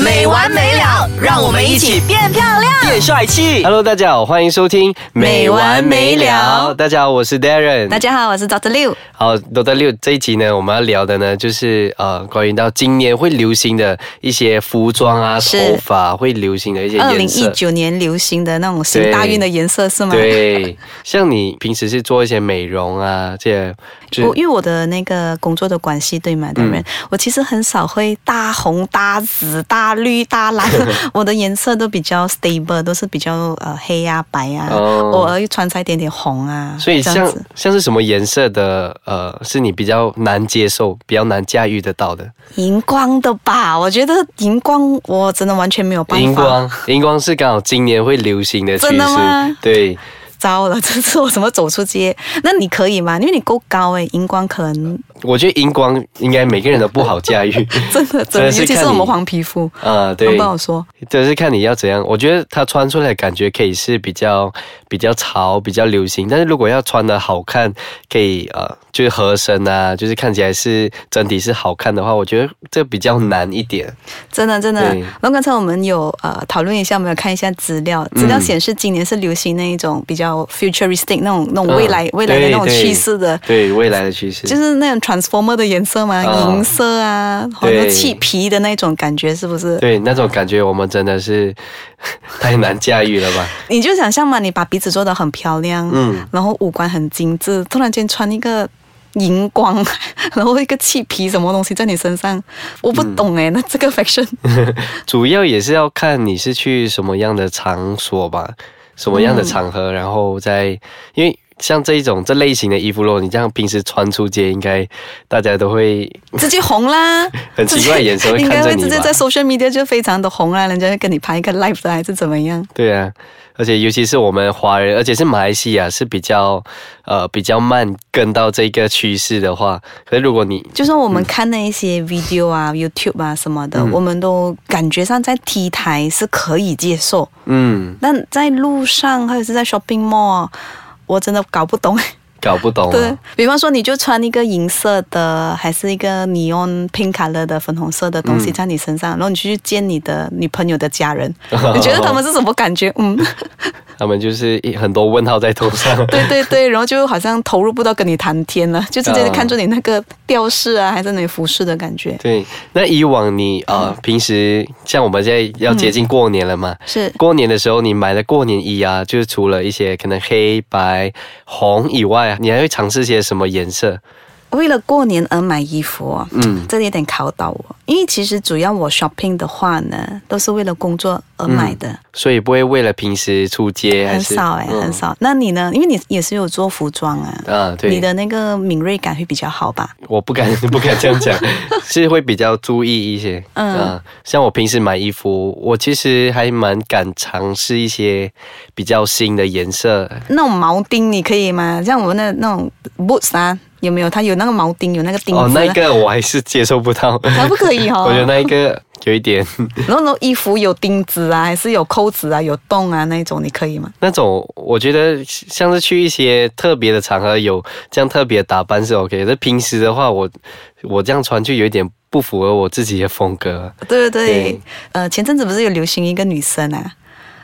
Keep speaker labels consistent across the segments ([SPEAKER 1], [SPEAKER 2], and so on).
[SPEAKER 1] 没完没了，让我们一起变漂亮。
[SPEAKER 2] 变帅气。
[SPEAKER 3] Hello，大家好，欢迎收听《
[SPEAKER 1] 没完没了
[SPEAKER 3] 大家好，我是 Darren。
[SPEAKER 1] 大家好，我是 Dr. Liu。
[SPEAKER 3] 好，罗德六这一集呢，我们要聊的呢，就是呃，关于到今年会流行的一些服装啊、
[SPEAKER 1] 是
[SPEAKER 3] 头发会流行的一些
[SPEAKER 1] 二零
[SPEAKER 3] 颜
[SPEAKER 1] 一
[SPEAKER 3] 色。
[SPEAKER 1] 九年流行的那种行大运的颜色是吗？。
[SPEAKER 3] 对，像你平时是做一些美容啊，这些就是
[SPEAKER 1] 我
[SPEAKER 3] 嗯
[SPEAKER 1] 因为我的那个工作的关系，对吗？当然，我其实很少会大红、大紫、大绿、大 蓝，我的颜色都比较 stable，都是比较呃黑啊、白啊，
[SPEAKER 3] 哦
[SPEAKER 1] 偶尔又穿插一点点红啊。
[SPEAKER 3] 所以
[SPEAKER 1] 这
[SPEAKER 3] 像
[SPEAKER 1] 样子
[SPEAKER 3] 像是什么颜色的呃，是你比较难接受、比较难驾驭得到的？
[SPEAKER 1] 荧光的吧，我觉得荧光我真的完全没有办法。
[SPEAKER 3] 荧光，荧光是刚好今年会流行的趋
[SPEAKER 1] 真的
[SPEAKER 3] 势
[SPEAKER 1] 吗。
[SPEAKER 3] 对，
[SPEAKER 1] 糟了， 这次我怎么走出街？那你可以吗？因为你够高诶，荧光可能
[SPEAKER 3] 我觉得荧光应该每个人都不好 驾驭。
[SPEAKER 1] 真的真的，
[SPEAKER 3] 是
[SPEAKER 1] 尤其是
[SPEAKER 3] 看
[SPEAKER 1] 我
[SPEAKER 3] 你
[SPEAKER 1] 们黄皮肤，
[SPEAKER 3] 啊、对
[SPEAKER 1] 很不，好说。
[SPEAKER 3] 这是看你要怎样。我觉得它穿出来的感觉可以是比较比较潮、比较流行，但是如果要穿的好看，可以呃，就是合身啊，就是看起来是整体是好看的话，我觉得这比较难一点。
[SPEAKER 1] 真的真的
[SPEAKER 3] 对。
[SPEAKER 1] 然后刚才我们有呃讨论一下，我们有看一下资料，
[SPEAKER 3] 嗯
[SPEAKER 1] 资料显示今年是流行那一种比较 futuristic 那种那种哦未来、
[SPEAKER 3] 嗯
[SPEAKER 1] 未来的那种
[SPEAKER 3] 对对
[SPEAKER 1] 趋势的。
[SPEAKER 3] 对未来的趋势，
[SPEAKER 1] 就是那种 transformer 的颜色嘛，
[SPEAKER 3] 嗯
[SPEAKER 1] 银色啊，或者
[SPEAKER 3] 对
[SPEAKER 1] 漆皮的那种感觉，是不是？
[SPEAKER 3] 对那种感觉，我们真的是 太难驾驭了吧？
[SPEAKER 1] 你就想象嘛，你把鼻子做得很漂亮，
[SPEAKER 3] 嗯
[SPEAKER 1] 然后五官很精致，突然间穿一个荧光， 然后一个漆皮什么东西在你身上，我不
[SPEAKER 3] 嗯
[SPEAKER 1] 懂哎、那这个 fashion
[SPEAKER 3] 主要也是要看你是去什么样的场所吧，什么样的场合，
[SPEAKER 1] 嗯
[SPEAKER 3] 然后再因为像这一种这类型的衣服，如果你这样平时穿出街，应该大家都会
[SPEAKER 1] 直接红啦，
[SPEAKER 3] 很奇怪的眼神会
[SPEAKER 1] 应该
[SPEAKER 3] 看着
[SPEAKER 1] 会
[SPEAKER 3] 你
[SPEAKER 1] 直接
[SPEAKER 3] 吧
[SPEAKER 1] 在？social media 就非常的红啦，人家会跟你拍一个 live 的还是怎么样？
[SPEAKER 3] 对啊，而且尤其是我们华人，而且是马来西亚是比较呃比较慢跟到这个趋势的话，可是如果你
[SPEAKER 1] 就算我们看那一些 video 啊、YouTube 啊什么的，
[SPEAKER 3] 嗯
[SPEAKER 1] 我们都感觉上在 T 台是可以接受，
[SPEAKER 3] 嗯
[SPEAKER 1] 但在路上或者是在 shopping mall，我啊真的搞不 懂。
[SPEAKER 3] 搞不懂、
[SPEAKER 1] 对
[SPEAKER 3] 啊，
[SPEAKER 1] 比方说，你就穿一个银色的，还是一个 neon pink color 的粉红色的东西
[SPEAKER 3] 嗯
[SPEAKER 1] 在你身上，然后你去见你的女朋友的家人， 你觉得他们是什么感觉？嗯，
[SPEAKER 3] 他们就是一很多问号在头 上。
[SPEAKER 1] 对对对，然后就好像投入不到跟你谈 天了，就直接
[SPEAKER 3] 嗯
[SPEAKER 1] 看着你那个吊饰啊，还是那服饰的感觉。
[SPEAKER 3] 对，那以往你 呃，平时像我们现在要接近过年了嘛，
[SPEAKER 1] 是
[SPEAKER 3] 过年的时候你买的过年衣啊，就是除了一些可能黑白红以外，啊你还会尝试些什么颜色？
[SPEAKER 1] 为了过年而买衣服、哦，
[SPEAKER 3] 嗯
[SPEAKER 1] 这里有点考倒我，因为其实主要我 shopping 的话呢，都是为了工作而买的。
[SPEAKER 3] 所以不会为了平时出街嗯还
[SPEAKER 1] 很
[SPEAKER 3] 是
[SPEAKER 1] 少哎、
[SPEAKER 3] 嗯
[SPEAKER 1] 很少。那你呢？因为你也是有做服装啊，
[SPEAKER 3] 啊，对，
[SPEAKER 1] 你的那个敏锐感会比较好吧？
[SPEAKER 3] 我不敢 不敢这样 讲，是会比较注意一些。
[SPEAKER 1] 嗯
[SPEAKER 3] 啊像我平时买衣服，我其实还蛮敢尝试一些比较新的颜色，
[SPEAKER 1] 那种铆钉你可以吗？像我们的那种 boots 啊，有没有？它有那个铆钉，有那个钉子，
[SPEAKER 3] 哦，那个我还是接受不到。
[SPEAKER 1] 还不可以哦。
[SPEAKER 3] 我觉得那一个有一点
[SPEAKER 1] 然后那种衣服有钉子啊，还是有扣子啊，有洞啊那种，你可以吗？
[SPEAKER 3] 那种，我觉得像是去一些特别的场合有这样特别打扮是 OK，但平时的话我，我这样穿就有一点不符合我自己的风格。
[SPEAKER 1] 对不对？
[SPEAKER 3] 对
[SPEAKER 1] 呃，前阵子不是有流行一个女生啊，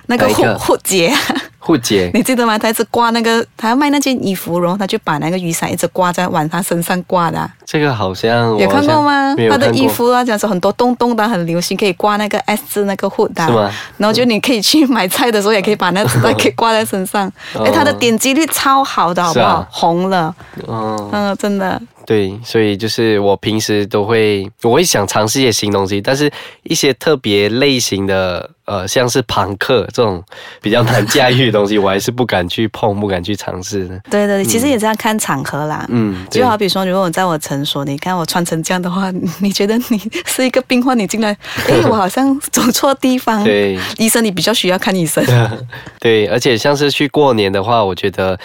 [SPEAKER 1] 那个
[SPEAKER 3] 哪一
[SPEAKER 1] 护
[SPEAKER 3] 个
[SPEAKER 1] 护姐啊，
[SPEAKER 3] 护姐，
[SPEAKER 1] 你记得吗？她一直挂那个，她要卖那件衣服，然后她就把那个雨伞一直挂在往她身上挂的啊、
[SPEAKER 3] 这个好像我
[SPEAKER 1] 有
[SPEAKER 3] 哦
[SPEAKER 1] 看
[SPEAKER 3] 好
[SPEAKER 1] 过
[SPEAKER 3] 像
[SPEAKER 1] 吗
[SPEAKER 3] 没？有
[SPEAKER 1] 她
[SPEAKER 3] 看
[SPEAKER 1] 的
[SPEAKER 3] 过
[SPEAKER 1] 衣服啊，讲说很多洞洞的，很流行，可以挂那个 S 字那个 hood 的啊
[SPEAKER 3] 是吗？
[SPEAKER 1] 然后就你可以去买菜的时候，也可以把那纸袋给挂在身上。
[SPEAKER 3] 哦
[SPEAKER 1] 哎，她的点击率超好的，好不
[SPEAKER 3] 是
[SPEAKER 1] 好
[SPEAKER 3] 啊？
[SPEAKER 1] 红了，
[SPEAKER 3] 嗯，
[SPEAKER 1] 嗯，真的。
[SPEAKER 3] 对，所以就是我平时都会，我会想尝试一些新东西，但是一些特别类型的，呃，像是朋克这种比较难驾驭的东西，我还是不敢去碰，不敢去尝试的。
[SPEAKER 1] 对对，对其实也是要看场合啦。
[SPEAKER 3] 嗯，对
[SPEAKER 1] 就好比说，如果我在我诊所，你看我穿成这样的话，你觉得你是一个病患？你进来，哎，我好像走错地方。
[SPEAKER 3] 对
[SPEAKER 1] 医生，你比较需要看医生。
[SPEAKER 3] 对，而且像是去过年的话，我觉得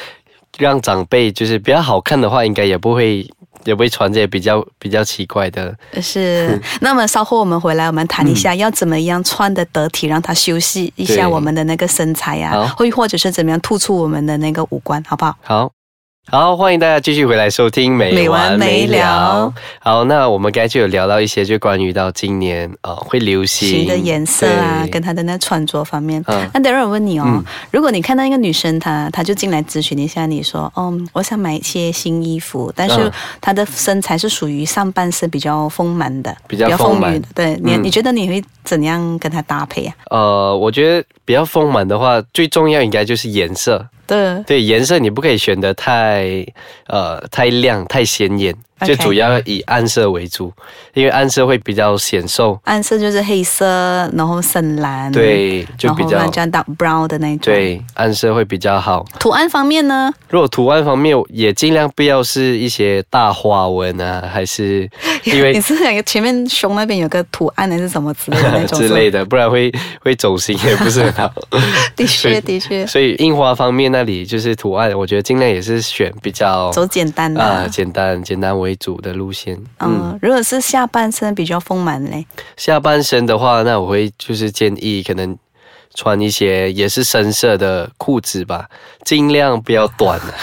[SPEAKER 3] 让长辈就是比较好看的话，应该也不会也不会穿这些比较比较奇怪的。嗯
[SPEAKER 1] 是，那么稍后我们回来，我们谈一下要怎么样穿的得体，让他休息一下
[SPEAKER 3] 对
[SPEAKER 1] 我们的那个身材啊，
[SPEAKER 3] 嗯好
[SPEAKER 1] 会或者是怎么样突出我们的那个五官，好不好？
[SPEAKER 3] 好，好，欢迎大家继续回来收听《没
[SPEAKER 1] 没
[SPEAKER 3] 完
[SPEAKER 1] 完
[SPEAKER 3] 没
[SPEAKER 1] 没
[SPEAKER 3] 了
[SPEAKER 1] 了》。
[SPEAKER 3] 好，那我们刚才就有聊到一些，就关于到今年啊、呃会流行
[SPEAKER 1] 型的颜色啊，
[SPEAKER 3] 对
[SPEAKER 1] 跟她的那穿着方面。
[SPEAKER 3] 嗯
[SPEAKER 1] 那 d a r r 问你哦，如果你看到一个女生，她她就进来咨询一下你说，哦，我想买一些新衣服，但是
[SPEAKER 3] 嗯
[SPEAKER 1] 她的身材是属于上半身比较丰满的，
[SPEAKER 3] 比较丰满
[SPEAKER 1] 丰腴的。对你，
[SPEAKER 3] 嗯
[SPEAKER 1] 你觉得你会怎样跟她搭配啊？
[SPEAKER 3] 呃，我觉得比较丰满的话，最重要应该就是颜色。
[SPEAKER 1] 对，
[SPEAKER 3] 对，颜色你不可以选的太呃太亮、太显眼，
[SPEAKER 1] OK
[SPEAKER 3] 就主要以暗色为主，因为暗色会比较显瘦。
[SPEAKER 1] 暗色就是黑色，然后深蓝，，
[SPEAKER 3] 对，就比
[SPEAKER 1] 嗯然
[SPEAKER 3] 较
[SPEAKER 1] 后加 dark brown 的那一种。，
[SPEAKER 3] 对暗色会比较好。
[SPEAKER 1] 图案方面呢，
[SPEAKER 3] 如果图案方面也尽量不要是一些大花纹啊，还是因 为
[SPEAKER 1] 你是想前面胸那边有个图案还是什么之类的那 种
[SPEAKER 3] 之类的，不然会会走心，也不是很好。
[SPEAKER 1] 的
[SPEAKER 3] 所以
[SPEAKER 1] 确的确，
[SPEAKER 3] 所以印花方面那里就是图案，我觉得尽量也是选比较
[SPEAKER 1] 走简单的。
[SPEAKER 3] 啊简单简单为主的路线。嗯，
[SPEAKER 1] 嗯，如果是下半身比较丰满嘞，
[SPEAKER 3] 下半身的话，那我会就是建议可能。穿一些也是深色的裤子吧，尽量不要短、啊，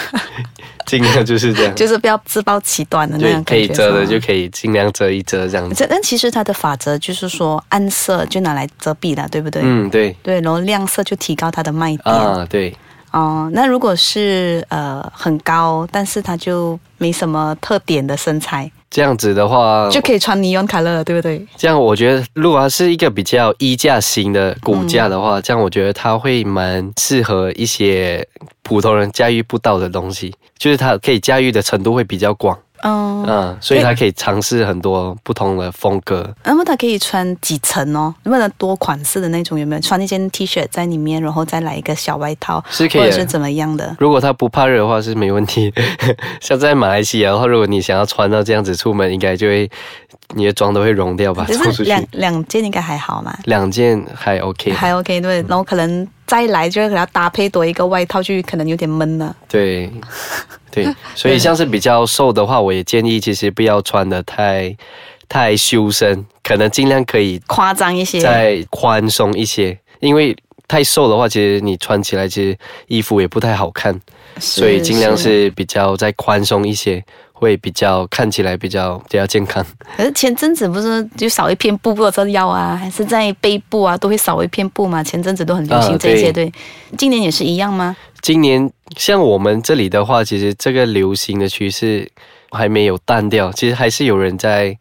[SPEAKER 3] 尽量就是这样，
[SPEAKER 1] 就是不要自暴其短的那
[SPEAKER 3] 对
[SPEAKER 1] 样，
[SPEAKER 3] 可
[SPEAKER 1] 感
[SPEAKER 3] 以
[SPEAKER 1] 觉。
[SPEAKER 3] 遮的
[SPEAKER 1] 是
[SPEAKER 3] 就
[SPEAKER 1] 吗
[SPEAKER 3] 可以尽量遮一遮这样子。
[SPEAKER 1] 这，但其实它的法则就是说，暗色就拿来遮蔽了，对不对？
[SPEAKER 3] 嗯，对，
[SPEAKER 1] 对，然后亮色就提高它的卖点。
[SPEAKER 3] 啊，对，
[SPEAKER 1] 哦，那如果是呃很高，但是它就没什么特点的身材，
[SPEAKER 3] 这样子的话，
[SPEAKER 1] 就可以穿尼 o 卡勒，对不对？
[SPEAKER 3] 这样我觉得，如果它是一个比较衣架型的骨架的
[SPEAKER 1] 嗯
[SPEAKER 3] 话，这样我觉得它会蛮适合一些普通人驾驭不到的东西，就是它可以驾驭的程度会比较广，
[SPEAKER 1] 嗯，
[SPEAKER 3] 嗯，所以它可以尝试很多不同的风格。
[SPEAKER 1] 那么它可以穿几层哦，或者多款式的那种，有没有？穿一件 T 恤在里面，然后再来一个小外套，
[SPEAKER 3] 是可以
[SPEAKER 1] 或
[SPEAKER 3] 的
[SPEAKER 1] 者是怎么样的？
[SPEAKER 3] 如果它不怕热的话是没问题， 像在马来西亚的话，如果你想要穿到这样子出门，应该就会你的妆都会融掉吧，
[SPEAKER 1] 就
[SPEAKER 3] 冲
[SPEAKER 1] 是
[SPEAKER 3] 出去
[SPEAKER 1] 两两件应该还好嘛，
[SPEAKER 3] 两件还 OK，
[SPEAKER 1] 还 OK 对，
[SPEAKER 3] 嗯
[SPEAKER 1] 然后可能再来就给它搭配多一个外套，就可能有点闷了。
[SPEAKER 3] 对，对，所以像是比较瘦的话，我也建议其实不要穿的太太修身，可能尽量可以
[SPEAKER 1] 夸张一些，
[SPEAKER 3] 再宽松一些，因为太瘦的话，其实你穿起来其实衣服也不太好看，
[SPEAKER 1] 是
[SPEAKER 3] 所以尽量。是比较再宽松一些，会比较看起来比较比较健康。
[SPEAKER 1] 可是前阵子不是就少一片布，或者腰啊，还是在背部啊，都会少一片布嘛。前阵子都很流
[SPEAKER 3] 啊
[SPEAKER 1] 行这一些，
[SPEAKER 3] 对
[SPEAKER 1] 对，今年也是一样吗？
[SPEAKER 3] 今年像我们这里的话，其实这个流行的趋势还没有淡掉，其实还是有人在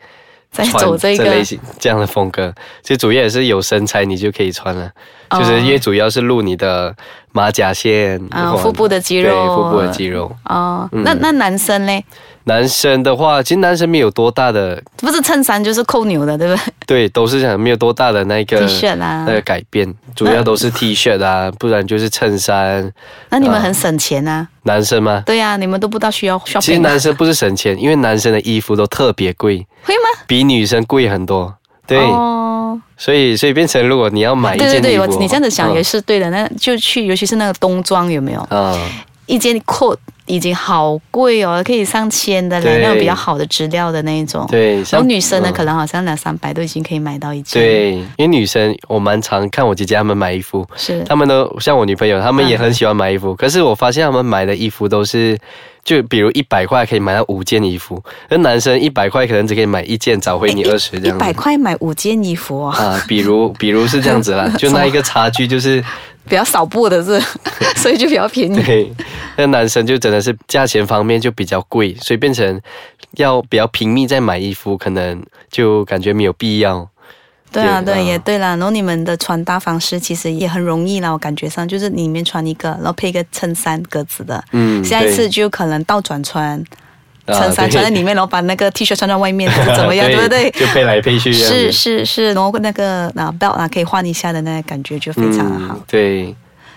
[SPEAKER 1] 在
[SPEAKER 3] 穿
[SPEAKER 1] 走这个
[SPEAKER 3] 类型这样的风格。其实主要也是有身材你就可以穿了，
[SPEAKER 1] 哦
[SPEAKER 3] 就是因为主要是露你的马甲线
[SPEAKER 1] 啊
[SPEAKER 3] 或
[SPEAKER 1] 腹部的肌肉
[SPEAKER 3] 对腹部的肌肉。
[SPEAKER 1] 哦，
[SPEAKER 3] 嗯
[SPEAKER 1] 那那男生嘞，
[SPEAKER 3] 男生的话，其实男生没有多大的，
[SPEAKER 1] 不是衬衫就是扣纽的，对不对
[SPEAKER 3] 对，都是想没有多大的那个
[SPEAKER 1] ？T 恤啦
[SPEAKER 3] 那，个改变，主要都是
[SPEAKER 1] 嗯
[SPEAKER 3] T 恤啊，不然就是衬衫。
[SPEAKER 1] 那你们很省钱啊。
[SPEAKER 3] 男生吗？
[SPEAKER 1] 对啊，你们都不大需要
[SPEAKER 3] 其实
[SPEAKER 1] shopping 啊
[SPEAKER 3] 男生不是省钱，因为男生的衣服都特别贵，
[SPEAKER 1] 会吗？
[SPEAKER 3] 比女生贵很多。对，
[SPEAKER 1] 哦
[SPEAKER 3] 所以所以变成如果你要啊买一件衣服
[SPEAKER 1] 对对
[SPEAKER 3] 的
[SPEAKER 1] 对，
[SPEAKER 3] 话，
[SPEAKER 1] 我你这样子想也
[SPEAKER 3] 嗯
[SPEAKER 1] 是对的。那就去，尤其是那个冬装有没有？
[SPEAKER 3] 啊、
[SPEAKER 1] 一件 coat 已经好贵哦，可以上千的嘞
[SPEAKER 3] 对，
[SPEAKER 1] 那种比较好的质量的那一种。。
[SPEAKER 3] 对，
[SPEAKER 1] 然后哦女生呢，
[SPEAKER 3] 嗯
[SPEAKER 1] 可能好像两三百都已经可以买到一件。。
[SPEAKER 3] 对，因为女生我蛮常看我姐姐她们买衣服，
[SPEAKER 1] 是。
[SPEAKER 3] 她们都像我女朋友，她们也很喜欢买衣
[SPEAKER 1] 嗯
[SPEAKER 3] 服，可是我发现她们买的衣服都是。就比如一百块可以买到五件衣服，而男生一百块可能只可以买一件，找回你二十这
[SPEAKER 1] 哎一
[SPEAKER 3] 样子
[SPEAKER 1] 百块买五件衣服哦，
[SPEAKER 3] 啊。比如比如是这样子啦，就那一个差距就是
[SPEAKER 1] 比较少布的是， 所以就比较便宜。
[SPEAKER 3] 对，那男生就真的是价钱方面就比较贵，所以变成要比较拼命在买衣服，可能就感觉没有必要。
[SPEAKER 1] 对啊，
[SPEAKER 3] 对
[SPEAKER 1] 对，
[SPEAKER 3] 嗯
[SPEAKER 1] 也对啦。然后你们的穿搭方式其实也很容易啦，我感觉上就是里面穿一个，然后配一个衬衫格子的，
[SPEAKER 3] 嗯
[SPEAKER 1] 下一次
[SPEAKER 3] 对
[SPEAKER 1] 就可能倒转穿，
[SPEAKER 3] 啊
[SPEAKER 1] 衬衫
[SPEAKER 3] 对
[SPEAKER 1] 穿在里面，然后把那个 T 恤穿在外面，还是怎 么样，对不对？
[SPEAKER 3] 就配来配去这样
[SPEAKER 1] 是
[SPEAKER 3] 子。
[SPEAKER 1] 是是，然后那个啊 belt 啊可以换一下的那个感觉就非常好，
[SPEAKER 3] 嗯、对，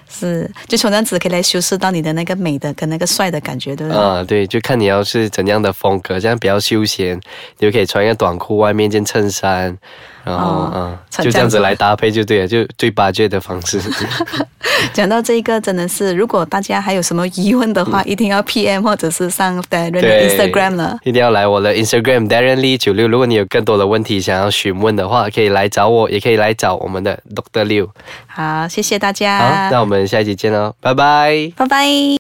[SPEAKER 1] 是就从这样子可以来修饰到你的那个美的跟那个帅的感觉，对不对？
[SPEAKER 3] 啊、对，就看你要是怎样的风格，这样比较休闲，你就可以穿一个短裤，外面一件衬衫，然后
[SPEAKER 1] 哦
[SPEAKER 3] 嗯、啊
[SPEAKER 1] 穿
[SPEAKER 3] 就这
[SPEAKER 1] 这
[SPEAKER 3] 样
[SPEAKER 1] 样子
[SPEAKER 3] 子来搭配就对了，就最八戒的方 式。
[SPEAKER 1] 讲到这个，真的是如果大家还有什么疑问的
[SPEAKER 3] 嗯
[SPEAKER 1] 话，一定要 PM 或者是上 Darren 的 Instagram 了。
[SPEAKER 3] 一定要来我的 Instagram Darren Lee 九六。如果你有更多的问题想要询问的话，可以来找我，也可以来找我们的 Doctor 六。
[SPEAKER 1] 好，谢谢大
[SPEAKER 3] 好，那
[SPEAKER 1] 家，
[SPEAKER 3] 哦我们下一集见喽，拜拜。
[SPEAKER 1] 拜拜。